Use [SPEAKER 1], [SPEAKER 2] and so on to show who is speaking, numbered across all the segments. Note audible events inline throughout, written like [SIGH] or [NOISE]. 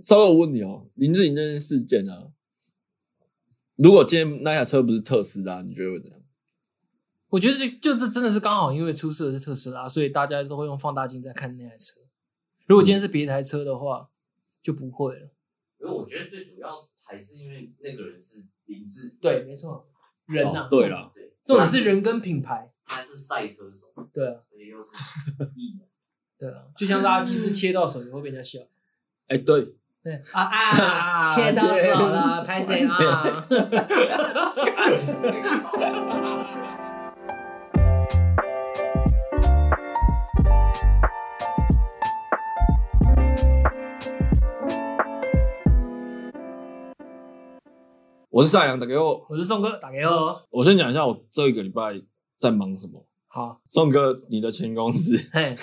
[SPEAKER 1] 稍微我问你哦，林志颖这件事件呢、如果今天那台车不是特斯拉，你觉得会怎样？
[SPEAKER 2] 我觉得这就这真的是刚好，因为出事的是特斯拉，所以大家都会用放大镜在看那台车。如果今天是别台车的话，就不会了。
[SPEAKER 3] 因为我觉得最主要还是因为那个人是林志，
[SPEAKER 2] 对，没错，人呐、
[SPEAKER 1] 哦对啦，
[SPEAKER 3] 对，
[SPEAKER 2] 重点是人跟品牌。
[SPEAKER 3] 他是赛车手，
[SPEAKER 2] 对啊，
[SPEAKER 3] 而
[SPEAKER 1] [LAUGHS]
[SPEAKER 3] 且又是艺人，
[SPEAKER 2] 对啊，就像垃圾是切到手也会被人家笑。
[SPEAKER 1] 哎、对，
[SPEAKER 2] 对 [LAUGHS] 啊啊，切到手了，拍谁啊？
[SPEAKER 1] 我是赛阳，打给我。
[SPEAKER 2] [LAUGHS] 我是宋哥，打给我。哦
[SPEAKER 1] 我先讲一下我这一个礼拜在忙什么。
[SPEAKER 2] 好，
[SPEAKER 1] 宋哥，你的前公司 [LAUGHS]
[SPEAKER 2] 嘿，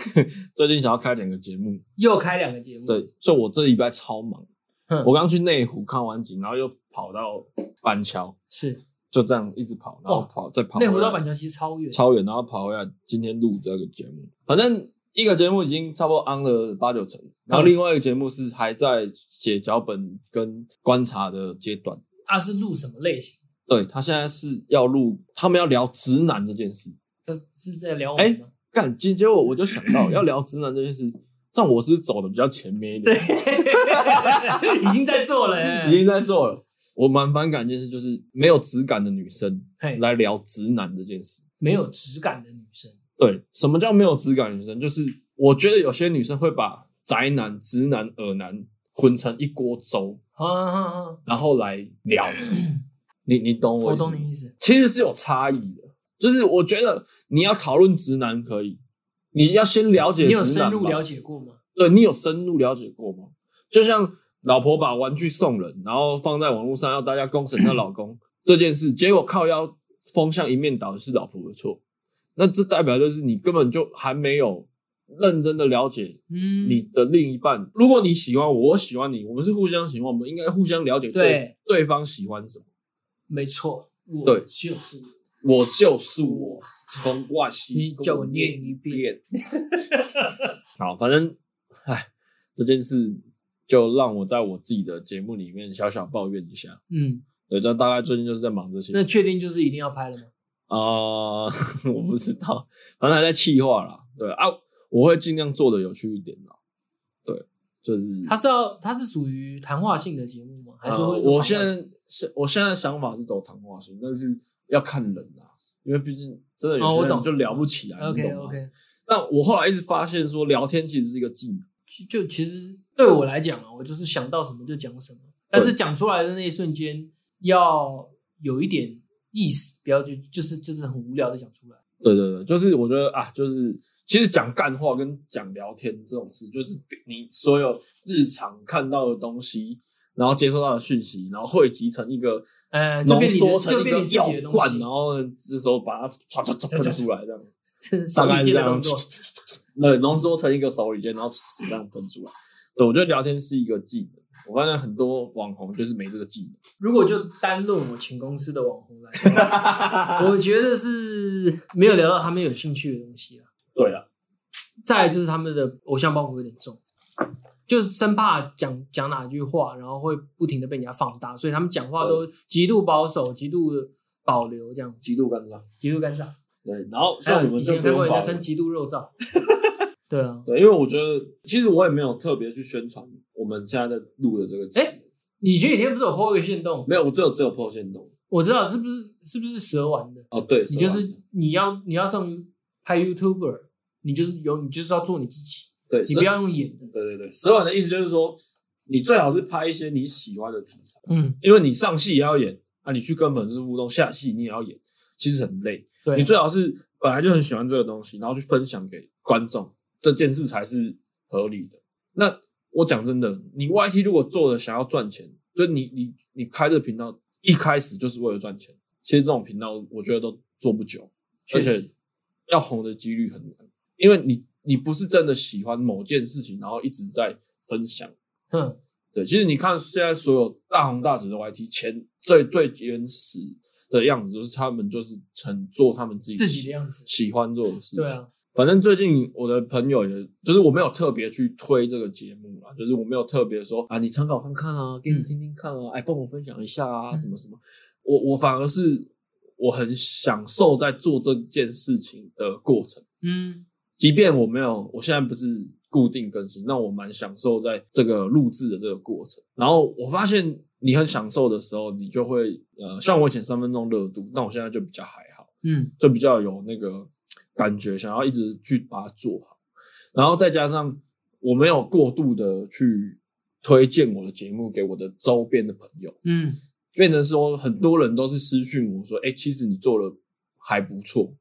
[SPEAKER 1] 最近想要开两个节目，
[SPEAKER 2] 又开两个节目。
[SPEAKER 1] 对，所以我这礼拜超忙。
[SPEAKER 2] 哼，
[SPEAKER 1] 我刚去内湖看完景，然后又跑到板桥，
[SPEAKER 2] 是
[SPEAKER 1] 就这样一直跑，然后跑、再跑回
[SPEAKER 2] 哦内
[SPEAKER 1] 来。
[SPEAKER 2] 湖到板桥其实超远，
[SPEAKER 1] 超远，然后跑回来今天录这个节目。反正一个节目已经差不多 on 了八九成，然后另外一个节目是还在写脚本跟观察的阶段。
[SPEAKER 2] 啊，是录什么类型？
[SPEAKER 1] 对他现在是要录，他们要聊直男这件事。
[SPEAKER 2] 但是是在聊我
[SPEAKER 1] 哎
[SPEAKER 2] 们吗？ [LAUGHS]
[SPEAKER 1] 干，结结果我就想到要聊直男这件事，但我是走的比较前面一点，
[SPEAKER 2] 已经在做了、欸，
[SPEAKER 1] [LAUGHS] 已经在做了。我蛮反感一件事，就是没有质感的女生
[SPEAKER 2] 嘿，
[SPEAKER 1] 来聊直男这件事。
[SPEAKER 2] 没有质感的女生。
[SPEAKER 1] 对，什么叫没有质感的女生？就是我觉得有些女生会把宅男、直男、耳男混成一锅粥，
[SPEAKER 2] 啊啊啊！
[SPEAKER 1] 然后来
[SPEAKER 2] [CLEARS THROAT]
[SPEAKER 1] 聊。你你懂我
[SPEAKER 2] 我
[SPEAKER 1] 意思吗
[SPEAKER 2] 懂？你意思。
[SPEAKER 1] 其实是有差异的，就是我觉得你要讨论直男可以，你要先了解
[SPEAKER 2] 你有
[SPEAKER 1] 直男
[SPEAKER 2] 深入
[SPEAKER 1] 吧
[SPEAKER 2] 了解过吗？
[SPEAKER 1] 对你有深入了解过吗？就像老婆把玩具送人，然后放在网络上要大家公审她老
[SPEAKER 2] [CLEARS THROAT]
[SPEAKER 1] 公这件事，结果靠腰风向一面倒的是老婆的错，那这代表就是你根本就还没有认真的了解
[SPEAKER 2] 嗯，
[SPEAKER 1] 你的另一半。如果你喜欢我，我喜欢你，我们是互相喜欢，我们应该互相了解
[SPEAKER 2] 对
[SPEAKER 1] 对方喜欢什么。
[SPEAKER 2] 没错，我
[SPEAKER 1] 对
[SPEAKER 2] 就是
[SPEAKER 1] 我就是我，从外星
[SPEAKER 2] 你叫我念一遍。
[SPEAKER 1] [LAUGHS] 好，反正，唉，这件事就让我在我自己的节目里面小小抱怨一下。
[SPEAKER 2] 嗯。
[SPEAKER 1] 对，这大概最近就是在忙这些
[SPEAKER 2] 那确定就是一定要拍了吗？
[SPEAKER 1] 啊、 [LAUGHS] 呃我不知道，反正还在气化啦。对啊，我会尽量做的有趣一点啦。对，就是
[SPEAKER 2] 它是要它是属于谈话性的节目吗？还是
[SPEAKER 1] 呃
[SPEAKER 2] 会
[SPEAKER 1] 我现在是我现在想法是走谈话性，但是要看人啦，因为毕竟真的有
[SPEAKER 2] 哦
[SPEAKER 1] 些
[SPEAKER 2] 我
[SPEAKER 1] 人
[SPEAKER 2] 懂
[SPEAKER 1] 就聊不起来，你
[SPEAKER 2] OK
[SPEAKER 1] 懂啊吗
[SPEAKER 2] OK，
[SPEAKER 1] 那我后来一直发现说，聊天其实是一个技能。
[SPEAKER 2] 就就其实对我来讲啊，我就是想到什么就讲什么，但是讲出来的那一瞬间要有一点意思，不要就就是就是很无聊的讲出来。
[SPEAKER 1] 对对对，就是我觉得啊，就是其实讲干话跟讲聊天这种事，就是你所有日常看到的东西，然后接收到的讯息，然后汇集成一个哎
[SPEAKER 2] 呃，就
[SPEAKER 1] 浓
[SPEAKER 2] 变你的
[SPEAKER 1] 缩成
[SPEAKER 2] 就
[SPEAKER 1] 一
[SPEAKER 2] 变
[SPEAKER 1] 个
[SPEAKER 2] 你自己的
[SPEAKER 1] 药
[SPEAKER 2] 东
[SPEAKER 1] 罐，啊
[SPEAKER 2] 西
[SPEAKER 1] 然，
[SPEAKER 2] [LAUGHS]
[SPEAKER 1] 后呢这时候把它唰唰唰喷出来，这样
[SPEAKER 2] 这是
[SPEAKER 1] 大
[SPEAKER 2] 上
[SPEAKER 1] 概是
[SPEAKER 2] 一届
[SPEAKER 1] 这
[SPEAKER 2] 的
[SPEAKER 1] 样
[SPEAKER 2] 动作。，
[SPEAKER 1] 对，浓缩成一个手里剑，然后这样喷出来。对，啊我觉得聊天是一个技能。我发现很多网红就是没这个技能。
[SPEAKER 2] 如果就单论我前公司的网红来说，
[SPEAKER 1] [LAUGHS]
[SPEAKER 2] 我觉得是没有聊到他们有兴趣的东西啊。
[SPEAKER 1] 对啊，
[SPEAKER 2] 再来就是他们的偶像包袱有点重，就是生怕讲讲哪句话，然后会不停的被人家放大，所以他们讲话都极度保守、极度保留这样子，
[SPEAKER 1] 极度干燥。
[SPEAKER 2] 极度干燥。
[SPEAKER 1] 对，然后
[SPEAKER 2] 还
[SPEAKER 1] 像我
[SPEAKER 2] 有
[SPEAKER 1] 们
[SPEAKER 2] 以
[SPEAKER 1] 就
[SPEAKER 2] 前
[SPEAKER 1] 不
[SPEAKER 2] 看
[SPEAKER 1] 用
[SPEAKER 2] 过人
[SPEAKER 1] 保
[SPEAKER 2] 家
[SPEAKER 1] 留
[SPEAKER 2] 穿极度肉照，对啊，
[SPEAKER 1] 对，因为我觉得其实我也没有特别去宣传我们现在在录的这个节目，
[SPEAKER 2] 哎你前几天不是有 PO 一个线动？
[SPEAKER 1] 没有，我只有只有破线动
[SPEAKER 2] 我知道是不是是不是蛇丸的？
[SPEAKER 1] 哦，对，
[SPEAKER 2] 你就
[SPEAKER 1] 手
[SPEAKER 2] 是
[SPEAKER 1] 腕
[SPEAKER 2] 你要你要上拍 YouTuber，你就是有你就是要做你自己，
[SPEAKER 1] 对，
[SPEAKER 2] 你
[SPEAKER 1] 手
[SPEAKER 2] 不要用演的。
[SPEAKER 1] 对对对，蛇丸的意思就是说，你最好是拍一些你喜欢的题材，
[SPEAKER 2] 嗯，
[SPEAKER 1] 因为你上戏也要演啊，你去跟粉丝互动，下戏你也要演，其实很累，
[SPEAKER 2] 对
[SPEAKER 1] 你，最好是本来就很喜欢这个东西，然后去分享给观众，这件事才是合理的。那我讲真的，你 YT 如果做的想要赚钱，就你你你开这个频道一开始就是为了赚钱，其实这种频道我觉得都做不久，而
[SPEAKER 2] 确实
[SPEAKER 1] 且要红的几率很难，因为你你不是真的喜欢某件事情，然后一直在分享。
[SPEAKER 2] 哼，
[SPEAKER 1] 对，其实你看现在所有大红大紫的 YT，前最最原始的样子就是他们就是很做他们自己
[SPEAKER 2] 自己的样子。
[SPEAKER 1] 喜欢做的事情。
[SPEAKER 2] 对啊，
[SPEAKER 1] 反正最近我的朋友也，就是我没有特别去推这个节目啦，就是我没有特别说啊，你参考看看啊，给你听听看啊，哎、帮我分享一下啊，
[SPEAKER 2] 嗯
[SPEAKER 1] 什么什么。我我反而是我很享受在做这件事情的过程，
[SPEAKER 2] 嗯
[SPEAKER 1] 即便我没有，我现在不是固定更新，那我蛮享受在这个录制的这个过程。然后我发现你很享受的时候，你就会呃，像我以前三分钟热度，但我现在就比较还好。
[SPEAKER 2] 嗯
[SPEAKER 1] 就比较有那个感觉，想要一直去把它做好。然后再加上我没有过度的去推荐我的节目给我的周边的朋友，
[SPEAKER 2] 嗯
[SPEAKER 1] 变成说很多人都是私讯我说：“哎、其实你做的还不错。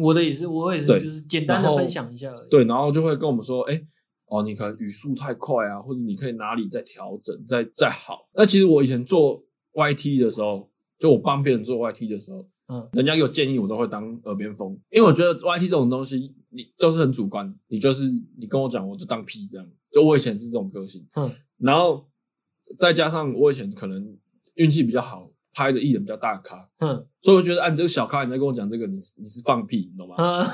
[SPEAKER 2] 我的也是，我也是，
[SPEAKER 1] 对
[SPEAKER 2] 就是简单
[SPEAKER 1] 然
[SPEAKER 2] 的
[SPEAKER 1] 后
[SPEAKER 2] 分享一下而”已。
[SPEAKER 1] 对，然后就会跟我们说：“哎、哦，你可能语速太快啊，或者你可以哪里再调整，再再好。”那其实我以前做 YT 的时候，就我帮别人做 YT 的时候，
[SPEAKER 2] 嗯
[SPEAKER 1] 人家有建议，我都会当耳边风，因为我觉得 YT 这种东西，你就是很主观，你就是你跟我讲，我就当屁这样。就我以前是这种个性，
[SPEAKER 2] 嗯
[SPEAKER 1] 然后再加上我以前可能运气比较好，拍的艺人比较大咖，
[SPEAKER 2] 嗯
[SPEAKER 1] 所以我觉得，啊，你这个小咖，你在跟我讲这个，你你是放屁，你懂吗？
[SPEAKER 2] 嗯，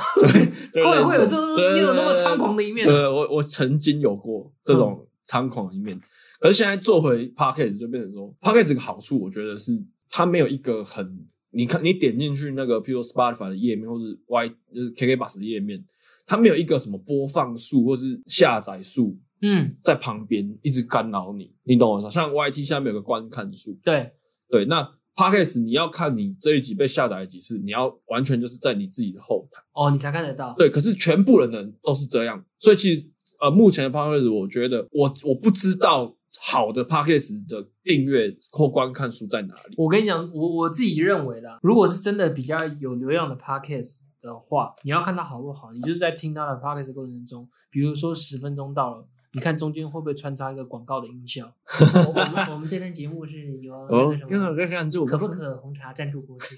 [SPEAKER 1] 就类
[SPEAKER 2] 会
[SPEAKER 1] 似
[SPEAKER 2] 会有这种，
[SPEAKER 1] 对
[SPEAKER 2] 你有那么
[SPEAKER 1] 对对
[SPEAKER 2] 猖狂的一面啊。嗯
[SPEAKER 1] 对，我我曾经有过这种猖狂的一面，可是现在做回 p a c k a g e 就变成说 p a c k a g e 个好处，我觉得是它没有一个很，你看你点进去那个，譬如说 Spotify 的页面，或是 Y 就是 KK Bus 的页面，它没有一个什么播放数或是下载数
[SPEAKER 2] [LAUGHS] 嗯，
[SPEAKER 1] 在旁边一直干扰你，你懂我意思吗？像 YT 下面有个观看数，
[SPEAKER 2] 对，
[SPEAKER 1] 对，那 p a c k a g e 你要看你这一集被下载了几次，你要完全就是在你自己的后台。
[SPEAKER 2] 哦，你才看得到。
[SPEAKER 1] 对，可是全部人的都是这样，所以其实呃，目前的 podcast 我觉得我我不知道好的 podcast 的订阅或观看数在哪里。
[SPEAKER 2] 我跟你讲，我我自己认为啦，如果是真的比较有流量的 podcast 的话，你要看它好不好，你就是在听它的 podcast 过程中，比如说十分钟到了。你看中间会不会穿插一个广告的音
[SPEAKER 1] [LAUGHS]
[SPEAKER 2] 效？我我们我们这段节目是由
[SPEAKER 1] 哦
[SPEAKER 2] 那个什么
[SPEAKER 1] 在看住
[SPEAKER 2] 可
[SPEAKER 1] [LAUGHS]
[SPEAKER 2] 不可红茶赞助播出？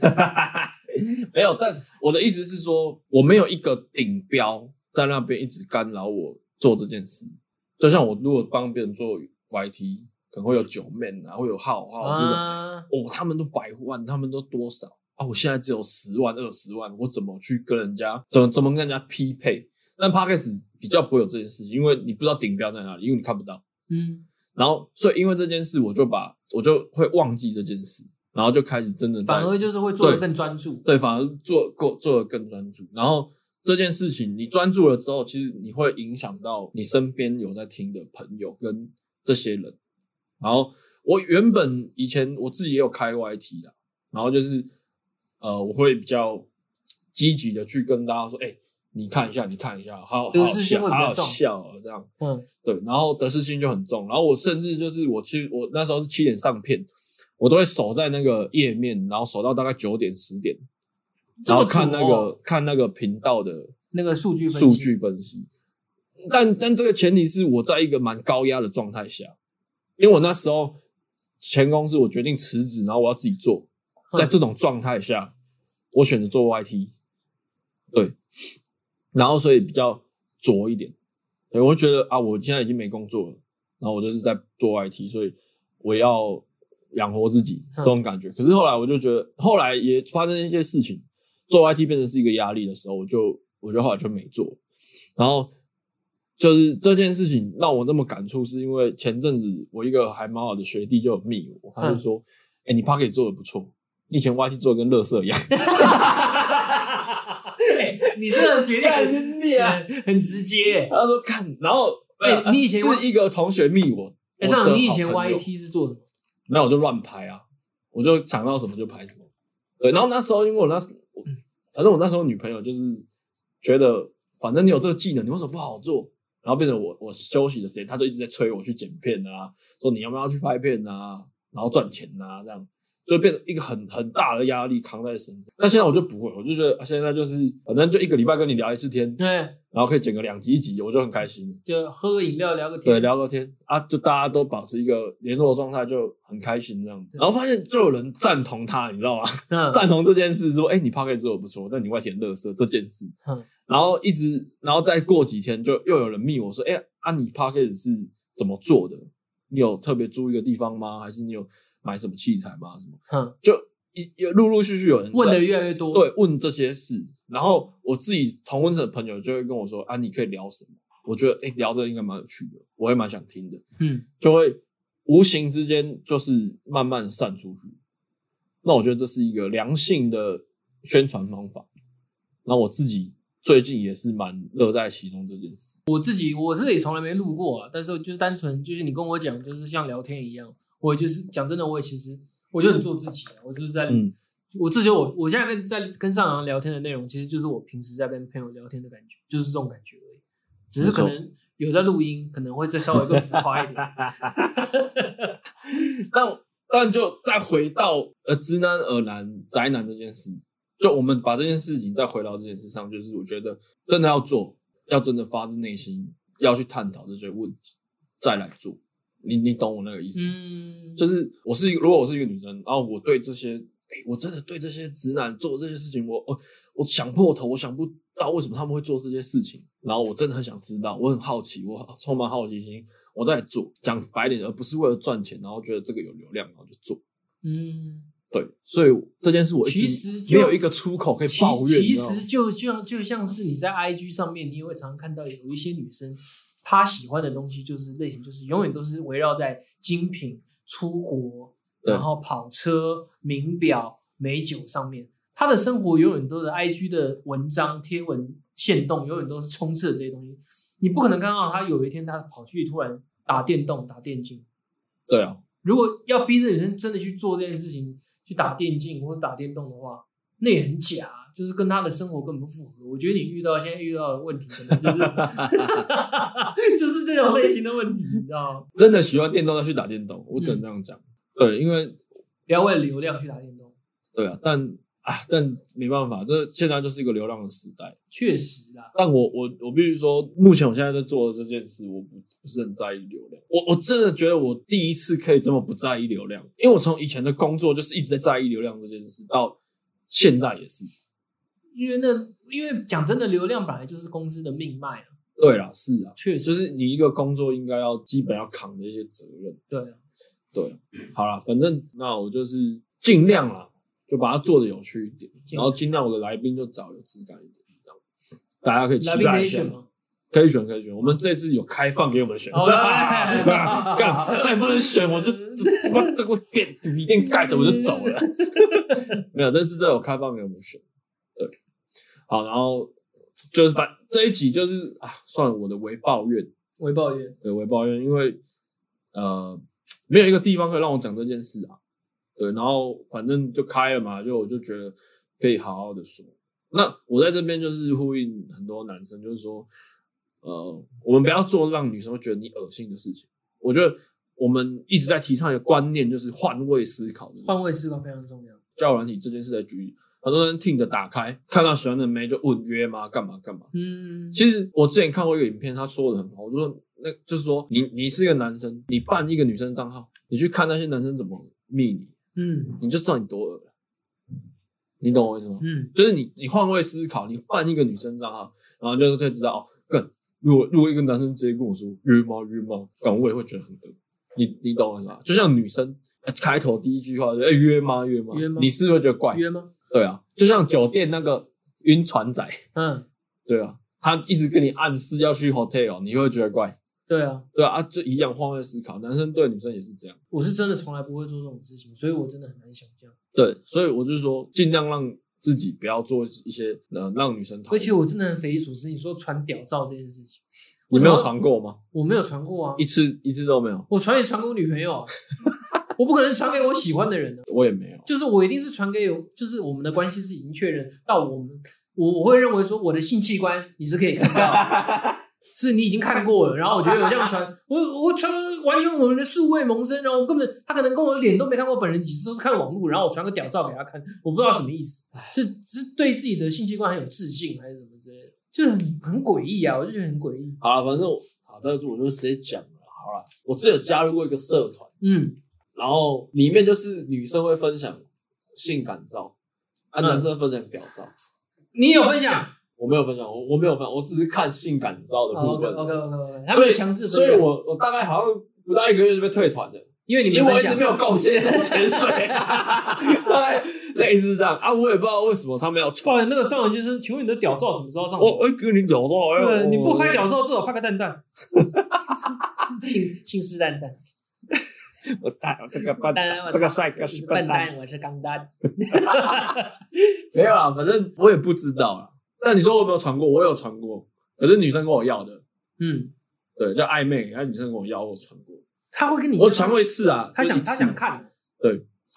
[SPEAKER 1] 没有，但我的意思是说，我没有一个顶标在那边一直干扰我做这件事。就像我如果帮别人做 YT，可能会有九妹啊，会有浩浩这种，
[SPEAKER 2] 啊，
[SPEAKER 1] 哦，他们都百万，他们都多少啊？我现在只有十万、二十万，我怎么去跟人家怎么怎么跟人家匹配？但 podcast 比较不会有这件事情，因为你不知道顶标在哪里，因为你看不到。
[SPEAKER 2] 嗯
[SPEAKER 1] 然后，所以因为这件事，我就把我就会忘记这件事，然后就开始真的在
[SPEAKER 2] 反而就是会做的
[SPEAKER 1] 对
[SPEAKER 2] 更专注。
[SPEAKER 1] 对，反而做够做的更专注。然后这件事情你专注了之后，其实你会影响到你身边有在听的朋友跟这些人。然后我原本以前我自己也有开 YT 啦，然后就是呃，我会比较积极的去跟大家说，哎、你看一下，你看一下，好好
[SPEAKER 2] 得
[SPEAKER 1] 好
[SPEAKER 2] 失心
[SPEAKER 1] 笑，
[SPEAKER 2] 会比较
[SPEAKER 1] 好好
[SPEAKER 2] 重
[SPEAKER 1] 笑哦这样。
[SPEAKER 2] 嗯
[SPEAKER 1] 对，然后得失心就很重。然后我甚至就是我去，我那时候是七点上片，我都会守在那个页面，然后守到大概九点十点，
[SPEAKER 2] 这
[SPEAKER 1] 然
[SPEAKER 2] 么
[SPEAKER 1] 后看
[SPEAKER 2] 久
[SPEAKER 1] 那
[SPEAKER 2] 哦
[SPEAKER 1] 个、看那个频道的
[SPEAKER 2] 那个数据分
[SPEAKER 1] 数
[SPEAKER 2] 析
[SPEAKER 1] 据分析。但但这个前提是我在一个蛮高压的状态下，因为我那时候前公司我决定辞职，然后我要自己做，
[SPEAKER 2] 哼
[SPEAKER 1] 在这种状态下，我选择做 YT，对，然后所以比较拙一点，对我就觉得啊，我现在已经没工作了，然后我就是在做 YT，所以我要养活自己
[SPEAKER 2] 嗯
[SPEAKER 1] 这种感觉。可是后来我就觉得，后来也发生一些事情，做 YT 变成是一个压力的时候，我就我就后来就没做。然后就是这件事情让我那么感触，是因为前阵子我一个还蛮好的学弟就有密我，他就
[SPEAKER 2] 嗯
[SPEAKER 1] 说：“哎、你 p a c k e t 做的不错，你以前 YT 做的跟乐色一样。
[SPEAKER 2] 哎你这个学
[SPEAKER 1] [LAUGHS]
[SPEAKER 2] 历很
[SPEAKER 1] 你啊
[SPEAKER 2] 很很直接”欸。
[SPEAKER 1] 他说：“看，然后
[SPEAKER 2] 哎
[SPEAKER 1] 呃
[SPEAKER 2] 你以前
[SPEAKER 1] 是一个同学密我，我的
[SPEAKER 2] 哎，上你以前
[SPEAKER 1] 好朋友
[SPEAKER 2] YT 是做什么？
[SPEAKER 1] 那我就乱拍啊，我就想到什么就拍什么。对，然后那时候因为我那时我反正我那时候女朋友就是觉得，反正你有这个技能，你为什么不好做？然后变成我我休息的时间，她就一直在催我去剪片啊，说你要不要去拍片啊，然后赚钱啊，这样就变成一个很很大的压力扛在身上。那现在我就不会，我就觉得啊现在就是反正就一个礼拜跟你聊一次天，
[SPEAKER 2] 对，
[SPEAKER 1] 然后可以剪个两集一集，我就很开心。
[SPEAKER 2] 就喝个饮料聊个天。
[SPEAKER 1] 对，聊个天啊，就大家都保持一个联络的状态，就很开心这样子。
[SPEAKER 2] 对
[SPEAKER 1] 然后发现就有人赞同他，你知道吗？
[SPEAKER 2] 嗯
[SPEAKER 1] 赞同这件事，说：“哎、你 p o c a s t 做的不错，但你外填乐色这件事。
[SPEAKER 2] 嗯”
[SPEAKER 1] 然后一直，然后再过几天，就又有人密我说：“哎、啊，你 p o c a s t 是怎么做的？你有特别注意的地方吗？还是你有买什么器材吗？什么
[SPEAKER 2] 嗯？”
[SPEAKER 1] 就一有陆陆续续有人
[SPEAKER 2] 问的
[SPEAKER 1] 在
[SPEAKER 2] 越来越多，，
[SPEAKER 1] 嗯对问这些事，然后我自己同温层的朋友就会跟我说啊，你可以聊什么？我觉得诶、聊这个应该蛮有趣的，我也蛮想听的，
[SPEAKER 2] 嗯，
[SPEAKER 1] 就会无形之间就是慢慢散出去。那我觉得这是一个良性的宣传方法。那我自己最近也是蛮乐在其中这件事。
[SPEAKER 2] 我自己我是也从来没录过啊，但是我就是单纯就是你跟我讲，就是像聊天一样，我就是讲真的，我也其实我就很做自己啊，我就是在、
[SPEAKER 1] 嗯
[SPEAKER 2] 我这些我我现在跟在跟上阳聊天的内容，其实就是我平时在跟朋友聊天的感觉，就是这种感觉而已，只是可能有在录音，可能会再稍微更浮
[SPEAKER 1] [LAUGHS]
[SPEAKER 2] 夸一点。
[SPEAKER 1] 但但就再回到呃直男而男宅男这件事，就我们把这件事情再回到这件事上，就是我觉得真的要做，要真的发自内心要去探讨这些问题，再来做。你你懂我那个意思吗？
[SPEAKER 2] 嗯，
[SPEAKER 1] 就是我是一个，如果我是一个女生，然后我对这些，哎、我真的对这些直男做这些事情，我我我想破头，我想不到为什么他们会做这些事情，然后我真的很想知道，我很好奇，我充满好奇心，我在做，讲白点，而不是为了赚钱，然后觉得这个有流量，然后就做。
[SPEAKER 2] 嗯。
[SPEAKER 1] 对，所以这件事我一直
[SPEAKER 2] 其实就
[SPEAKER 1] 没有一个出口可以
[SPEAKER 2] 其
[SPEAKER 1] 抱怨。
[SPEAKER 2] 其
[SPEAKER 1] 你知道吗
[SPEAKER 2] 实就就像就像是你在 IG 上面，你也会常常看到有一些女生，她喜欢的东西就是类型，就是永远都是围绕在精品、出国，
[SPEAKER 1] 对
[SPEAKER 2] 然后跑车、名表、美酒上面。她的生活永远都是 IG 的文章、贴文、线动，永远都是充斥着这些东西。你不可能看到她有一天她跑去突然打电动、打电竞，
[SPEAKER 1] 对啊，
[SPEAKER 2] 如果要逼着女生真的去做这件事情，去打电竞或者打电动的话，那也很假，啊就是跟她的生活根本不符合。我觉得你遇到现在遇到的问题，可能就是 [LAUGHS] 就是这种类型的问题，你知道吗？
[SPEAKER 1] 真的喜欢电动要去打电动，我只能这样
[SPEAKER 2] 嗯
[SPEAKER 1] 讲。对，因为
[SPEAKER 2] 不要为了流量去打电动，
[SPEAKER 1] 对啊，但啊，但没办法，这现在就是一个流量的时代。
[SPEAKER 2] 确实啦，
[SPEAKER 1] 但我我我必须说，目前我现在在做的这件事，我不不是很在意流量。我我真的觉得我第一次可以这么不在意流量，因为我从以前的工作就是一直在在意流量这件事，到现在也是。
[SPEAKER 2] 因为那因为讲真的，流量本来就是公司的命脉啊，
[SPEAKER 1] 对啦，是啊，
[SPEAKER 2] 确
[SPEAKER 1] 就
[SPEAKER 2] 实，
[SPEAKER 1] 是你一个工作应该要基本要扛的一些责任。
[SPEAKER 2] 对啊，
[SPEAKER 1] 对，好啦，反正那我就是尽量啦，就把它做的有趣一点，
[SPEAKER 2] 尽
[SPEAKER 1] 然
[SPEAKER 2] 量
[SPEAKER 1] 后尽量我的来宾就找有质感一点，这样大家可以期
[SPEAKER 2] 来宾可
[SPEAKER 1] 待一
[SPEAKER 2] 以
[SPEAKER 1] 下
[SPEAKER 2] 选。吗？
[SPEAKER 1] 可以选，可以选。我们这次有开放给我们选，
[SPEAKER 2] 好来
[SPEAKER 1] 干，再不能选我就他妈这个电笔电盖着我就走了。没有，这次这有开放给我们选，对。好，然后就是把这一集就是啊，算了，我的微抱怨，
[SPEAKER 2] 我抱怨，
[SPEAKER 1] 对，我也抱怨，因为呃，没有一个地方可以让我讲这件事啊。对，然后反正就开了嘛，就我就觉得可以好好的说。那我在这边就是呼应很多男生，就是说，呃，我们不要做让女生会觉得你恶心的事情。我觉得我们一直在提倡一个观念，就是换位思考的。
[SPEAKER 2] 换位思考非常重要。
[SPEAKER 1] 交友软体这件事的举例，很多人听的打开，看到喜欢的妹就问约吗？干嘛干嘛？
[SPEAKER 2] 嗯，
[SPEAKER 1] 其实我之前看过一个影片，他说的很好，我就说那就是说你你是一个男生，你办一个女生账号，你去看那些男生怎么密你，
[SPEAKER 2] 嗯
[SPEAKER 1] 你就知道你多恶了。你懂我意思吗？
[SPEAKER 2] 嗯，
[SPEAKER 1] 就是你你换位思考，你办一个女生账号，然后就就知道哦，更如果如果一个男生直接跟我说约吗约吗，干我也会觉得很恶。你你懂我意思吗？就像女生、呃开头第一句话就哎、约吗约吗，
[SPEAKER 2] 约吗
[SPEAKER 1] 你是不是会觉得怪？
[SPEAKER 2] 约吗？
[SPEAKER 1] 对啊，就像酒店那个晕船仔。
[SPEAKER 2] 嗯，
[SPEAKER 1] 对啊，他一直跟你暗示要去 hotel，你会觉得怪。
[SPEAKER 2] 对啊，
[SPEAKER 1] 对啊，啊就一样换位思考，男生对女生也是这样。
[SPEAKER 2] 我是真的从来不会做这种事情，所以我真的很难想象。
[SPEAKER 1] 对，所以我就说，尽量让自己不要做一些呃让女生讨
[SPEAKER 2] 而
[SPEAKER 1] 厌。
[SPEAKER 2] 且我真的很匪夷所思，你说传屌照这件事情，
[SPEAKER 1] 你没有传过吗？
[SPEAKER 2] 我没有传过啊
[SPEAKER 1] 一，次一次都没有，
[SPEAKER 2] 我传也传给我女
[SPEAKER 1] [LAUGHS]
[SPEAKER 2] 朋友啊，我不可能传给我喜欢的人啊，
[SPEAKER 1] 我也没有。
[SPEAKER 2] 就是我一定是传给有，就是我们的关系是已经确认到我们，我我会认为说我的性器官你是可以看到的。 [LAUGHS] 是你已经看过了，然后我觉得我这样传，我我传完全我们的素未谋生，然后我根本他可能跟我脸都没看过本人几次，都是看网络，然后我传个屌照给他看，我不知道什么意思，是是对自己的性器官很有自信还是什么之类的，就是很很诡异啊，我就觉得很诡异。
[SPEAKER 1] 好了，反正我好，这我就直接讲了。好了，我之前有加入过一个社团，
[SPEAKER 2] 嗯，
[SPEAKER 1] 然后里面就是女生会分享性感照，啊，
[SPEAKER 2] 嗯
[SPEAKER 1] 男生分享屌照。
[SPEAKER 2] 你有分享
[SPEAKER 1] 我没有分享，我我没有分享，我只是看性感照的部
[SPEAKER 2] 哦？OK
[SPEAKER 1] 分。
[SPEAKER 2] OK OK OK，他
[SPEAKER 1] 所
[SPEAKER 2] 们
[SPEAKER 1] 以
[SPEAKER 2] 有强制分
[SPEAKER 1] 所
[SPEAKER 2] 享，
[SPEAKER 1] 以我我大概好像不到一个月就被退团了。
[SPEAKER 2] 因为你
[SPEAKER 1] 因
[SPEAKER 2] 没
[SPEAKER 1] 为我
[SPEAKER 2] 分
[SPEAKER 1] 一直
[SPEAKER 2] 享
[SPEAKER 1] 没，有贡献 [LAUGHS] 潜水、啊，大概类似这样啊，我也不知道为什么他们要
[SPEAKER 2] 不
[SPEAKER 1] 穿。
[SPEAKER 2] 哦然那个上文先生，请问你的屌照什么时候上？
[SPEAKER 1] 我我给你屌照，哎呦
[SPEAKER 2] 呃对，你不拍屌照，至少拍个蛋蛋， [LAUGHS] 信信誓旦旦。
[SPEAKER 1] 我大这个笨
[SPEAKER 2] 当然我
[SPEAKER 1] 这个帅哥是笨蛋，，
[SPEAKER 2] 我是钢蛋。
[SPEAKER 1] 没有啦，反正我也不知道啦。但你说我有没有传过？我有传过，可是女生跟我要的，
[SPEAKER 2] 嗯，
[SPEAKER 1] 对，叫暧昧，然后女生跟我要，我传过，
[SPEAKER 2] 他会跟你，
[SPEAKER 1] 我传过一次啊，
[SPEAKER 2] 他
[SPEAKER 1] 就
[SPEAKER 2] 想
[SPEAKER 1] 一次
[SPEAKER 2] 他想看，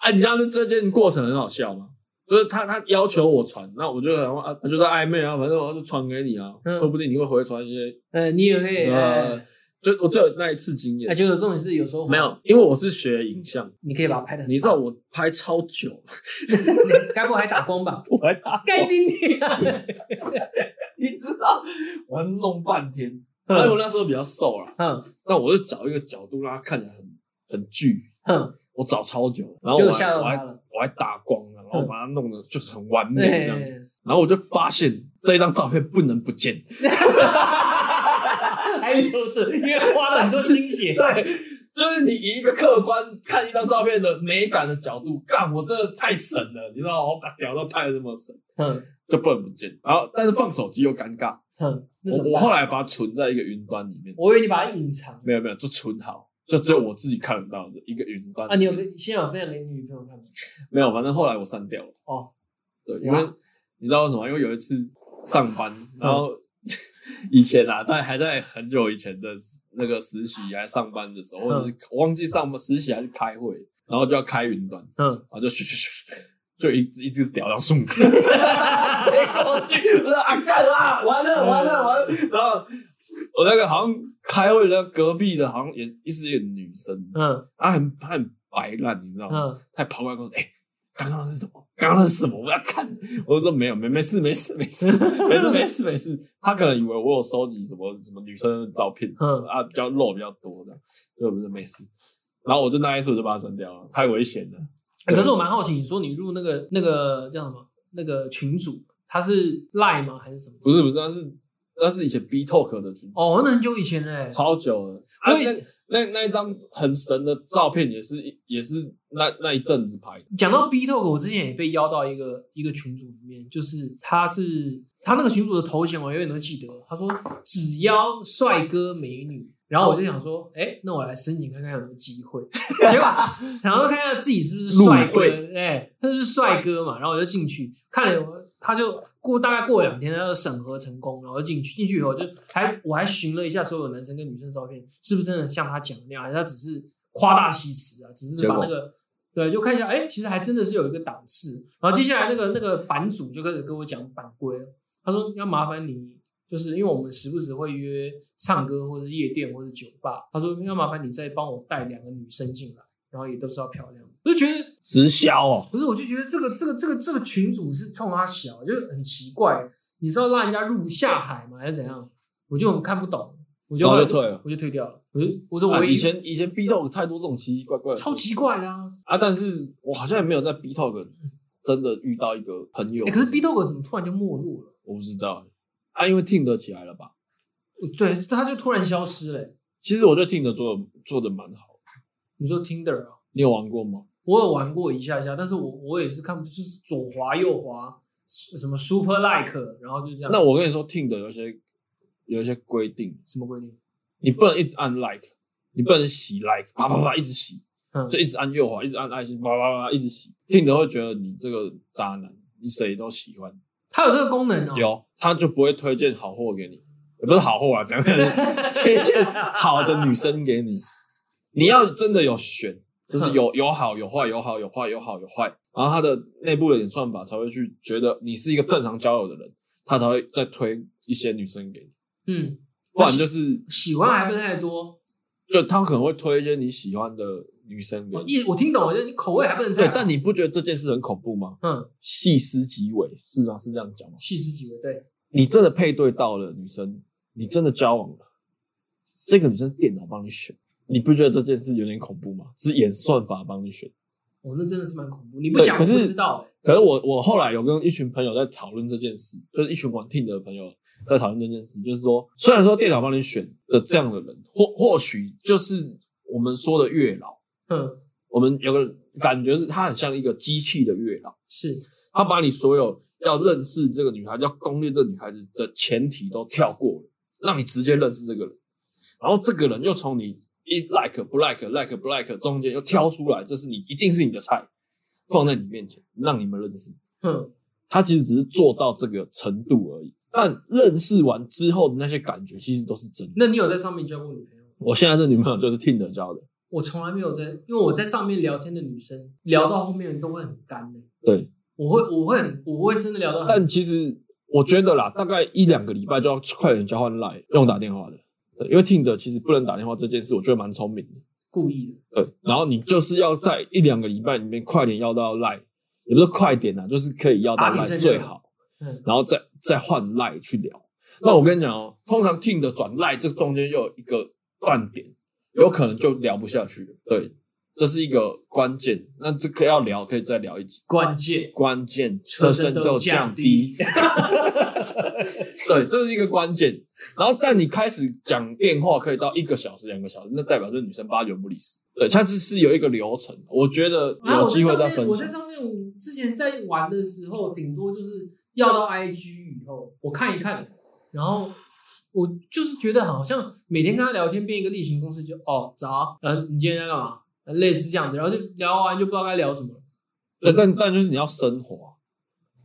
[SPEAKER 1] 啊，你知道这这件过程很好笑吗？就是他他要求我传，那我就想说啊，就是暧昧啊，反正我就传给你啊，
[SPEAKER 2] 嗯
[SPEAKER 1] 说不定你会回传一些。
[SPEAKER 2] 呃，你也可以，
[SPEAKER 1] 呃
[SPEAKER 2] 呃，
[SPEAKER 1] 就我只有那一次经验
[SPEAKER 2] 哎，，结果重点是有时候
[SPEAKER 1] 没有，，因为我是学影像，
[SPEAKER 2] 你可以把它拍的，
[SPEAKER 1] 你知道我拍超久，
[SPEAKER 2] 你 [LAUGHS] 该不会还打光吧？
[SPEAKER 1] [LAUGHS] 我还打
[SPEAKER 2] [LAUGHS] 干定你啊！
[SPEAKER 1] 你知道，我还弄半
[SPEAKER 3] [LAUGHS]
[SPEAKER 1] 天。 [LAUGHS] 因为
[SPEAKER 2] 嗯
[SPEAKER 1] 哎我那时候比较瘦啦，
[SPEAKER 2] 嗯
[SPEAKER 1] 但我就找一个角度让它看起来很很巨，
[SPEAKER 2] 嗯，
[SPEAKER 1] 我找超久，然后
[SPEAKER 2] 结
[SPEAKER 1] 我
[SPEAKER 2] 果吓
[SPEAKER 1] 还
[SPEAKER 2] 到
[SPEAKER 1] 我还
[SPEAKER 2] 他了。
[SPEAKER 1] 我还打光了，然后
[SPEAKER 2] 嗯
[SPEAKER 1] 把它弄得就是很完美这
[SPEAKER 2] 对
[SPEAKER 1] 样，，然后我就发现这一张照片不能不见。
[SPEAKER 2] [LAUGHS] 还留着，因为花了很多心 [LAUGHS] 血。
[SPEAKER 1] [LAUGHS] 对，就是你以一个客观看一张照片的美感的角度，干我真的太神了，你知道我把屌都拍的这么神，
[SPEAKER 2] 嗯
[SPEAKER 1] 就不能不见。然后但是放手机又尴尬，
[SPEAKER 2] 嗯，那怎
[SPEAKER 1] 我
[SPEAKER 2] 么
[SPEAKER 1] 我
[SPEAKER 2] 办？
[SPEAKER 1] 后来把它存在一个云端里面，
[SPEAKER 2] 我以为你把它隐藏。
[SPEAKER 1] 没有没有，就存好。就只有我自己看得到的一个云端
[SPEAKER 2] 啊，你有跟现在有分享给你女朋友看吗？
[SPEAKER 1] 没有？反正后来我删掉了。
[SPEAKER 2] 哦，
[SPEAKER 1] 对，因为你知道为什么？因为有一次上班，然后
[SPEAKER 2] 嗯
[SPEAKER 1] [LAUGHS] 以前啊，在还在很久以前的那个实习还上班的时候，或
[SPEAKER 2] 嗯
[SPEAKER 1] 者是我忘记上班实习还是开会，然后就要开云端，
[SPEAKER 2] 嗯，
[SPEAKER 1] 然后就咻咻咻，就一一只屌到送 [LAUGHS] 过
[SPEAKER 2] [LAUGHS]
[SPEAKER 1] 去，我说啊干啦，完了完了完了，
[SPEAKER 3] 嗯
[SPEAKER 1] 然后。我那个好像开会的隔壁的，好像也也是一个女生，
[SPEAKER 2] 嗯
[SPEAKER 1] 她很她很白烂，你知道吗？
[SPEAKER 2] 嗯，
[SPEAKER 1] 他跑过来跟我说：“哎、刚刚那是什么？刚刚那是什么？我要看。”我就说：“没有，没没事，没事，没事，没事，没事，没事。”他可能以为我有收集什么什么女生的照片什么
[SPEAKER 2] 嗯
[SPEAKER 1] 的啊，比较露比较多的，所以我就没事。然后我就那一次我就把它删掉了，太危险了。
[SPEAKER 2] 欸可是我蛮好奇，你说你入那个那个叫什么那个群组，它是 Line 吗还是什么？
[SPEAKER 1] 不是不是，那是那是以前 B Talk 的群，
[SPEAKER 2] 哦，那很久以前嘞、
[SPEAKER 1] 超久了。啊
[SPEAKER 2] 我以
[SPEAKER 1] 那那那一张很神的照片也是也是那那一阵子拍的，
[SPEAKER 2] 讲到 B Talk，我之前也被邀到一个一个群组里面，就是他是他那个群组的头衔，我永远都记得。他说只邀帅哥美女，然后我就想说，哎、那我来申请看看有没有机 [LAUGHS] 会。结果然后看看自己是不是帅
[SPEAKER 1] 入
[SPEAKER 2] 哥
[SPEAKER 1] 会，
[SPEAKER 2] 哎、他就是帅哥嘛，然后我就进去看了，他就过大概过两天，他就审核成功，然后就进去进去以后就还我还询了一下所有男生跟女生的照片，是不是真的像他讲的那样，还是他只是夸大其词啊，只是把那个。对，就看一下，哎，其实还真的是有一个档次。然后接下来那个那个版主就开始跟我讲版规了，他说要麻烦你，就是因为我们时不时会约唱歌或者夜店或者酒吧，他说要麻烦你再帮我带两个女生进来。然后也都是要漂亮的。我就觉得
[SPEAKER 1] 直销哦，
[SPEAKER 2] 不是，我就觉得这个这个这个这个群主是冲他小，就很奇怪。你知道让人家入下海吗？还是怎样？我就很看不懂，我就
[SPEAKER 1] 然后就退了。
[SPEAKER 2] 我就退掉了。我就我说
[SPEAKER 1] 啊、
[SPEAKER 2] 我
[SPEAKER 1] 以
[SPEAKER 2] 一
[SPEAKER 1] 前以前 B Talk 太多这种奇奇怪怪的事情
[SPEAKER 2] 超奇怪的啊！
[SPEAKER 1] 啊，但是我好像也没有在 B Talk 真的遇到一个朋友。
[SPEAKER 2] 哎，可是 B Dog 怎么突然就没落了？
[SPEAKER 1] 我不知道啊，因为听得起来了吧？
[SPEAKER 2] 我对，他就突然消失了欸。
[SPEAKER 1] 其实我觉得听得做得做的蛮好。
[SPEAKER 2] 你说 Tinder 啊？
[SPEAKER 1] 你有玩过吗？
[SPEAKER 2] 我有玩过一下下，但是我我也是看不，就是左滑右滑，什么 Super Like，然后就这样。
[SPEAKER 1] 那我跟你说，听的有一些有一些规定，
[SPEAKER 2] 什么规定？
[SPEAKER 1] 你不能一直按 like，你不能洗 like，啪啪啪一直洗，
[SPEAKER 2] 嗯
[SPEAKER 1] 就一直按右滑，一直按爱心，啪啪啪一直洗，听的会觉得你这个渣男，你谁都喜欢。
[SPEAKER 2] 它有这个功能哦。
[SPEAKER 1] 有，他就不会推荐好货给你，也不是好货啊，讲推荐好的女生给你。你要真的有选，就是
[SPEAKER 2] [LAUGHS]
[SPEAKER 1] 有有好有坏，有好有坏，有好有坏，然后他的内部的演算法才会去觉得你是一个正常交友的人，他才会再推一些女生给你，
[SPEAKER 2] 嗯，
[SPEAKER 1] 不然就是
[SPEAKER 2] 喜欢还不是太多，
[SPEAKER 1] 就他可能会推一些你喜欢的女生给
[SPEAKER 2] 我
[SPEAKER 1] 你。
[SPEAKER 2] 哦一我听懂了，就是你口味还不能太
[SPEAKER 1] 对，
[SPEAKER 2] 好
[SPEAKER 1] 但你不觉得这件事很恐怖吗？
[SPEAKER 2] 嗯，
[SPEAKER 1] 细思极恐是吗？是这样讲吗？
[SPEAKER 2] 细思极恐，对，
[SPEAKER 1] 你真的配对到了女生，你真的交往了，这个女生电脑帮你选，你不觉得这件事有点恐怖吗？是演算法帮你选。
[SPEAKER 2] 哦，那真的是蛮恐怖，你不讲我
[SPEAKER 1] 对可是
[SPEAKER 2] 不知道哎，
[SPEAKER 1] 可是我我后来有跟一群朋友在讨论这件事，就是一群玩 Tinder 的朋友在讨论这件事，就是说，虽然说电脑帮你选的这样的人，或或许就是我们说的月老，
[SPEAKER 2] 嗯，
[SPEAKER 1] 我们有个感觉是它很像一个机器的月老，
[SPEAKER 2] 是
[SPEAKER 1] 它把你所有要认识这个女孩子、要攻略这个女孩子的前提都跳过了，让你直接认识这个人，然后这个人又从你一 like 不 like like 不 like 中间又挑出来，这是你一定是你的菜，放在你面前让你们认识。
[SPEAKER 2] 嗯
[SPEAKER 1] 他其实只是做到这个程度而已，但认识完之后的那些感觉其实都是真的。
[SPEAKER 2] 那你有在上面交过女朋友吗？
[SPEAKER 1] 我现在这女朋友就是听得教的，
[SPEAKER 2] 我从来没有在，因为我在上面聊天的女生，聊到后面都会很干的、
[SPEAKER 1] 对，
[SPEAKER 2] 我会我会很我会真的聊到很
[SPEAKER 1] 但其实我觉得啦，大概一两个礼拜就要快点交换 line 用打电话的，对，因为听的其实不能打电话这件事，我觉得蛮聪明的。
[SPEAKER 2] 故意的。
[SPEAKER 1] 对，然后你就是要在一两个礼拜里面快点要到 line，也不是快点啊，就是可以要到
[SPEAKER 2] 打铁趁
[SPEAKER 1] line
[SPEAKER 2] 热
[SPEAKER 1] 最好，
[SPEAKER 2] 嗯，
[SPEAKER 1] 然后再再换 line 去聊。那我跟你讲哦，通常听的转 line 这中间又有一个断点，有可能就聊不下去了。对，这是一个关键。那这个要聊可以再聊一集。
[SPEAKER 2] 关键
[SPEAKER 1] 关键
[SPEAKER 2] 车
[SPEAKER 1] 车
[SPEAKER 2] 身
[SPEAKER 1] 身
[SPEAKER 2] 都
[SPEAKER 1] 都
[SPEAKER 2] 降
[SPEAKER 1] 降
[SPEAKER 2] 低
[SPEAKER 1] 低。 [LAUGHS] 对，这是一个关键。然后，但你开始讲电话可以到一个小时、两个小时，那代表这女生八九不离十。对，它是是有一个流程，我觉得
[SPEAKER 2] 啊，
[SPEAKER 1] 有
[SPEAKER 2] 我在
[SPEAKER 1] 机会
[SPEAKER 2] 上
[SPEAKER 1] 再
[SPEAKER 2] 面
[SPEAKER 1] 分
[SPEAKER 2] 我在
[SPEAKER 1] 享。
[SPEAKER 2] 上面我之前在玩的时候，顶多就是要到 IG 以后，我看一看，然后我就是觉得好像每天跟他聊天变一个例行公事，就哦早，呃你今天在干嘛？呃类似这样子，然后就聊完就不知道该聊什么。
[SPEAKER 1] 对，但但就是你要生活，啊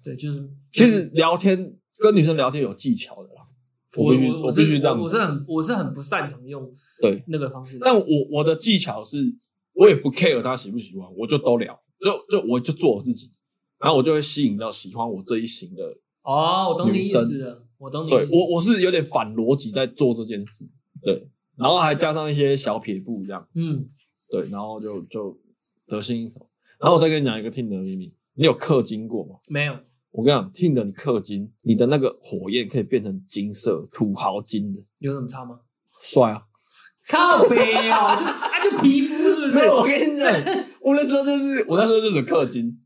[SPEAKER 2] 对，就是
[SPEAKER 1] 其实聊天跟女生聊天有技巧的啦。我
[SPEAKER 2] 我
[SPEAKER 1] 必须，
[SPEAKER 2] 我我是
[SPEAKER 1] 必须这样
[SPEAKER 2] 我
[SPEAKER 1] 子
[SPEAKER 2] 是。很我是很不擅长用
[SPEAKER 1] 对，
[SPEAKER 2] 那个方式。
[SPEAKER 1] 但我我的技巧是，我也不 care 他喜不喜欢，我就都聊，就就我就做我自己，然后我就会吸引到喜欢我这一型的
[SPEAKER 2] 哦，我懂你意
[SPEAKER 1] 女生
[SPEAKER 2] 思了，我懂你
[SPEAKER 1] 对
[SPEAKER 2] 意思。
[SPEAKER 1] 我我是有点反逻辑在做这件事，对，然后还加上一些小撇步这样，
[SPEAKER 2] 嗯，
[SPEAKER 1] 对，然后就就得心应手。然后我再跟你讲一个 Tinder 的秘密，你有氪金过吗？
[SPEAKER 2] 没有
[SPEAKER 1] 我跟你讲，Tinder 你氪金，你的那个火焰可以变成金色土豪金的，
[SPEAKER 2] 有什么差吗？
[SPEAKER 1] 帅啊！
[SPEAKER 2] 靠背哦，就啊就皮肤是不是？
[SPEAKER 1] 我跟你讲，我那时候就是我那时候就是氪金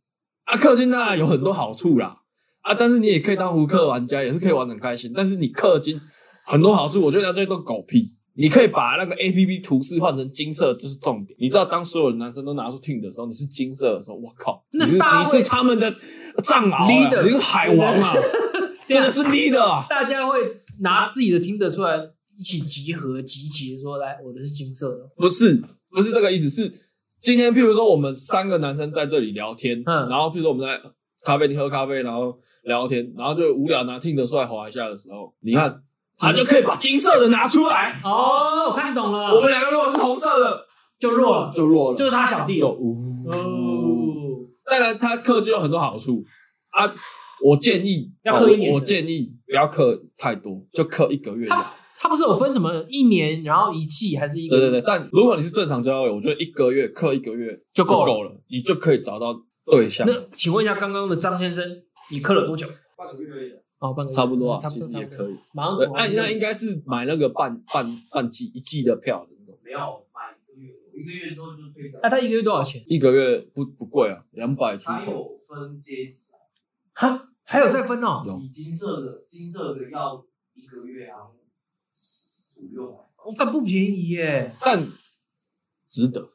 [SPEAKER 1] 啊，氪金当然有很多好处啦啊，但是你也可以当胡克玩家，也是可以玩的很开心。但是你氪金很多好处，我觉得这些都狗屁。你可以把那个 A P P 图示换成金色，这是重点。你知道，当所有的男生都拿出 Tinder 的时候，你是金色的时候，我靠，
[SPEAKER 2] 那是
[SPEAKER 1] 你是
[SPEAKER 2] 大
[SPEAKER 1] 你
[SPEAKER 2] 卫
[SPEAKER 1] 是他们的藏獒啊
[SPEAKER 2] Leader
[SPEAKER 1] 你是海王
[SPEAKER 2] [LAUGHS]
[SPEAKER 1] 啊，真的是 leader 啊！
[SPEAKER 2] 大家会拿自己的听得出来，一起集合集结说，来，我的是金色的，
[SPEAKER 1] 不是，不是这个意思，是今天，譬如说我们三个男生在这里聊天，
[SPEAKER 2] 嗯
[SPEAKER 1] 然后譬如说我们在咖啡厅喝咖啡，然后聊天，然后就无聊拿听得出来滑一下的时候，你
[SPEAKER 2] 嗯
[SPEAKER 1] 看他就可以把金色的拿出来，
[SPEAKER 2] 哦，我看懂了，
[SPEAKER 1] 我们两个如果是红色的
[SPEAKER 2] 就弱了，
[SPEAKER 1] 就弱了，
[SPEAKER 2] 就是他小弟
[SPEAKER 1] 就
[SPEAKER 2] 了。
[SPEAKER 1] 呜。
[SPEAKER 2] 哦，
[SPEAKER 1] 当然，他氪金有很多好处啊，我建议
[SPEAKER 2] 要氪一年
[SPEAKER 1] 啊我我
[SPEAKER 2] 的
[SPEAKER 1] 建议不要氪太多，就氪一个月就好。
[SPEAKER 2] 他他不是有分什么一年，然后一季还是一个
[SPEAKER 1] 对对对，但如果你是正常交友，我觉得一个月氪一个月
[SPEAKER 2] 就够了
[SPEAKER 1] 够了，你就可以找到对象。
[SPEAKER 2] 那请问一下，刚刚的张先生，你刻了多久？
[SPEAKER 3] [LAUGHS] 半个月
[SPEAKER 2] 哦，半个月
[SPEAKER 1] 差不多啊，
[SPEAKER 2] 差不
[SPEAKER 1] 其
[SPEAKER 2] 多，
[SPEAKER 1] 实也
[SPEAKER 2] 差不多
[SPEAKER 1] 可以。
[SPEAKER 2] 马上啊
[SPEAKER 1] 对，
[SPEAKER 2] 涂
[SPEAKER 1] 那
[SPEAKER 2] 完
[SPEAKER 1] 那应该是买那个半半半季一季的票的那种，
[SPEAKER 3] 没有买一个月，我一个月之后就退掉
[SPEAKER 2] 那。他一个月多少钱？
[SPEAKER 1] 一个月不不贵啊，两百出
[SPEAKER 2] 哎
[SPEAKER 3] 它
[SPEAKER 1] 头。
[SPEAKER 3] 有分阶级啊，
[SPEAKER 2] 哈，还有再分哦。
[SPEAKER 1] 有
[SPEAKER 3] 你金色的金色的要一个月啊五六百，
[SPEAKER 2] 我看哦不便宜耶，
[SPEAKER 1] 但值得，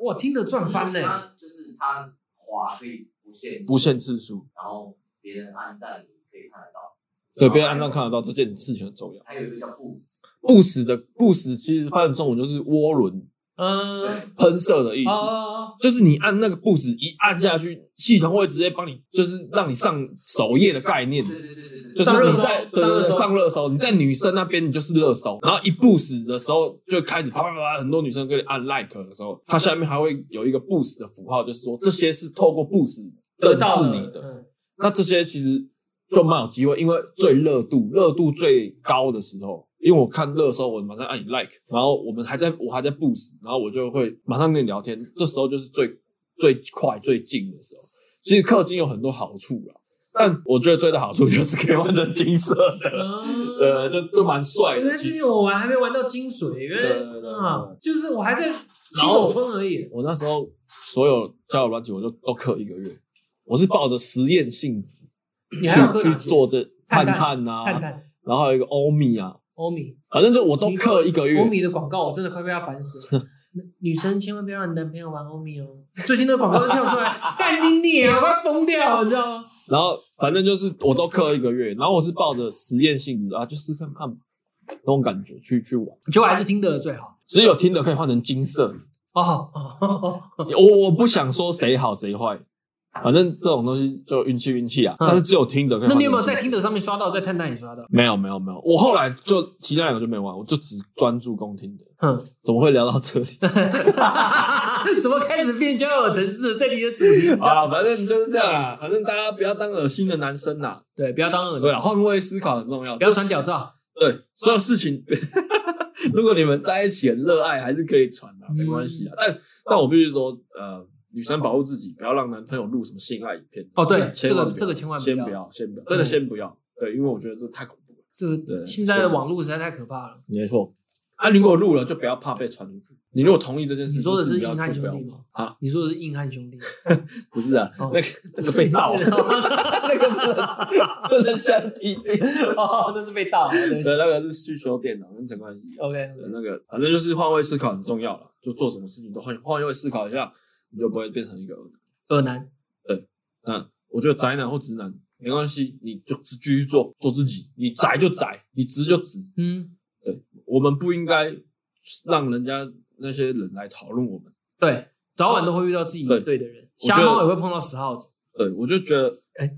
[SPEAKER 2] 哇，听得赚翻嘞。
[SPEAKER 3] 它就是它滑可以不限制
[SPEAKER 1] 不，限次数，
[SPEAKER 3] 然后别人按赞你可以看得到。
[SPEAKER 2] 啊
[SPEAKER 1] 对，别人按照看得到这件事情很重要。
[SPEAKER 3] 还有一个叫 boost，
[SPEAKER 1] 不死的不死，其实翻成中文就是涡轮
[SPEAKER 2] 嗯，
[SPEAKER 3] 对
[SPEAKER 2] 哦
[SPEAKER 1] 喷射的意思。
[SPEAKER 2] 哦哦，
[SPEAKER 1] 就是你按那个不死一按下去，系统会直接帮你，就是让你上首页的概念
[SPEAKER 3] 对。对对对对，
[SPEAKER 1] 就
[SPEAKER 2] 上
[SPEAKER 1] 是
[SPEAKER 2] 热
[SPEAKER 1] 你
[SPEAKER 2] 搜
[SPEAKER 1] 在对
[SPEAKER 2] 上热
[SPEAKER 1] 对对
[SPEAKER 2] 搜
[SPEAKER 1] 上热搜，你在女生那边你就是热搜，然后一 boost 的时候就开始啪啪啪，很多女生给你按 like 的时候，它下面还会有一个 boost 的符号，就是说这些是透过 boost
[SPEAKER 2] 得
[SPEAKER 1] 认
[SPEAKER 2] 到
[SPEAKER 1] 识
[SPEAKER 2] 了
[SPEAKER 1] 你的。
[SPEAKER 2] 嗯
[SPEAKER 1] 那这些其实就蛮有机会，因为最热度热度最高的时候，因为我看热搜，我马上按你 like，然后我们还在我还在 boost，然后我就会马上跟你聊天，这时候就是最最快最近的时候。其实氪金有很多好处啦，但我觉得最大好处就是可以换成金色的。
[SPEAKER 2] 嗯
[SPEAKER 1] 对，就就蛮帅
[SPEAKER 2] 原来
[SPEAKER 1] 的。
[SPEAKER 2] 之
[SPEAKER 1] 其
[SPEAKER 2] 前
[SPEAKER 1] 实
[SPEAKER 2] 我玩还没玩到精髓，原
[SPEAKER 1] 对对对
[SPEAKER 2] 来
[SPEAKER 1] 对
[SPEAKER 2] 啊，就是我还在新
[SPEAKER 1] 然后
[SPEAKER 2] 手村而已。
[SPEAKER 1] 我那时候所有交友软体我就都氪一个月，我是抱着实验性质
[SPEAKER 2] 你还有
[SPEAKER 1] 去
[SPEAKER 2] 氪哪
[SPEAKER 1] 去
[SPEAKER 2] 些
[SPEAKER 1] 做这
[SPEAKER 2] 探
[SPEAKER 1] 探
[SPEAKER 2] 探
[SPEAKER 1] 探啊，
[SPEAKER 2] 探探、
[SPEAKER 1] 然后还有一个欧米啊，
[SPEAKER 2] 欧米、
[SPEAKER 1] 反正就我都氪一个月 [LAUGHS]
[SPEAKER 2] 欧。米的广告，我真的快被他烦死了。女生千万不要让男朋友玩欧米哦。最近那个广告都跳出来，
[SPEAKER 1] [LAUGHS]
[SPEAKER 2] 干你脸啊，我快崩掉了，你知道吗？
[SPEAKER 1] 然后反正就是我都刻一个月，然后我是抱着实验性质啊，就试看看吧那种感觉去去玩。
[SPEAKER 2] 结果还是听的最好。
[SPEAKER 1] 只有听的可以换成金色，
[SPEAKER 2] 哦哦哦，哦
[SPEAKER 1] 我我不想说谁好谁坏，反正这种东西就运气运气啊。
[SPEAKER 2] 嗯
[SPEAKER 1] 但是只有听的可以
[SPEAKER 2] 那
[SPEAKER 1] 换成金色。
[SPEAKER 2] 你有没有在听的上面刷到，在探探也刷到？
[SPEAKER 1] 没有没有没有，我后来就其他两个就没玩，我就只专注公听的。
[SPEAKER 2] 哼，
[SPEAKER 1] 怎么会聊到
[SPEAKER 2] [LAUGHS]
[SPEAKER 1] 这里？
[SPEAKER 2] 怎么开始变交友城市？这里的主题
[SPEAKER 1] [LAUGHS] 好啦，啊反正就是这样啦。反正大家不要当恶心的男生啦。
[SPEAKER 2] 对，不要当恶
[SPEAKER 1] 对
[SPEAKER 2] 人，
[SPEAKER 1] 啊，换位思考很重要。
[SPEAKER 2] 不要传屌照。
[SPEAKER 1] 对，所有事情， [LAUGHS] 如果你们在一起很热爱，还是可以传的、
[SPEAKER 2] 嗯
[SPEAKER 1] 没关系啊。但但我必须说，呃，女生保护自己，不要让男朋友录什么性爱影片。
[SPEAKER 2] 哦，对，
[SPEAKER 1] 千
[SPEAKER 2] 这
[SPEAKER 1] 万
[SPEAKER 2] 个
[SPEAKER 1] 不要
[SPEAKER 2] 这个千万不
[SPEAKER 1] 先
[SPEAKER 2] 要，嗯
[SPEAKER 1] 要，先不要，真的先不要。对，因为我觉得这太恐怖了。
[SPEAKER 2] 这个
[SPEAKER 1] 对
[SPEAKER 2] 现在的网络实在太可怕了。
[SPEAKER 1] 没错。啊，如果录了就不要怕被传出去。你如果同意这件事，
[SPEAKER 2] 你说的
[SPEAKER 1] 就是不要
[SPEAKER 2] 硬汉
[SPEAKER 1] 就不要
[SPEAKER 2] 兄弟吗
[SPEAKER 1] 啊，
[SPEAKER 2] 你说的是硬汉兄弟，
[SPEAKER 1] [LAUGHS] 不是啊，
[SPEAKER 2] 哦
[SPEAKER 1] 那个 [LAUGHS] 那个
[SPEAKER 2] [LAUGHS]
[SPEAKER 1] 被盗，那个不能不能相提并论。
[SPEAKER 2] 哦，那是被盗了，对不起
[SPEAKER 1] 对，那个是去修电脑跟陈冠希。 [LAUGHS]
[SPEAKER 2] OK，
[SPEAKER 1] 对那个反正就是换位思考很重要了，就做什么事情都换换位思考一下，你就不会变成一个。
[SPEAKER 2] 恶男，
[SPEAKER 1] 那我觉得宅男或直男没关系，你就继续做做自己，你宅就宅，你直就直。
[SPEAKER 2] 嗯，
[SPEAKER 1] 我们不应该让人家那些人来讨论我们。
[SPEAKER 2] 对，早晚都会遇到自己
[SPEAKER 1] 对
[SPEAKER 2] 对的人，
[SPEAKER 1] 我觉
[SPEAKER 2] 瞎
[SPEAKER 1] 得
[SPEAKER 2] 猫也会碰到死耗子。
[SPEAKER 1] 对，我就觉得，
[SPEAKER 2] 哎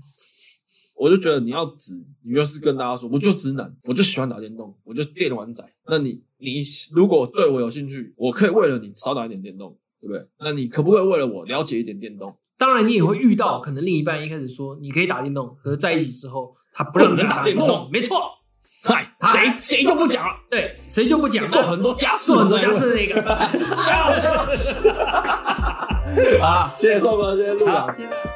[SPEAKER 1] 我就觉得你要直，你就是跟大家说，我就直男，我就喜欢打电动，我就电玩仔。那你你如果对我有兴趣，我可以为了你少打一点电动，对不对？那你可不可以为了我了解一点电动？
[SPEAKER 2] 当然，你也会遇到可能另一半一开始说你可以打电动，可是在一起之后他
[SPEAKER 1] 不
[SPEAKER 2] 不让你
[SPEAKER 1] 能打
[SPEAKER 2] 打电
[SPEAKER 1] 电动
[SPEAKER 2] 动，没错，
[SPEAKER 1] 嗨，谁谁都不讲了，
[SPEAKER 2] 对，谁就不讲
[SPEAKER 1] 做
[SPEAKER 2] 了，
[SPEAKER 1] 很多家事，
[SPEAKER 2] 做很多家事的那
[SPEAKER 1] [LAUGHS]
[SPEAKER 2] 个。
[SPEAKER 1] 笑笑啊！谢谢宋哥，谢谢陆老师。
[SPEAKER 2] 好，谢谢。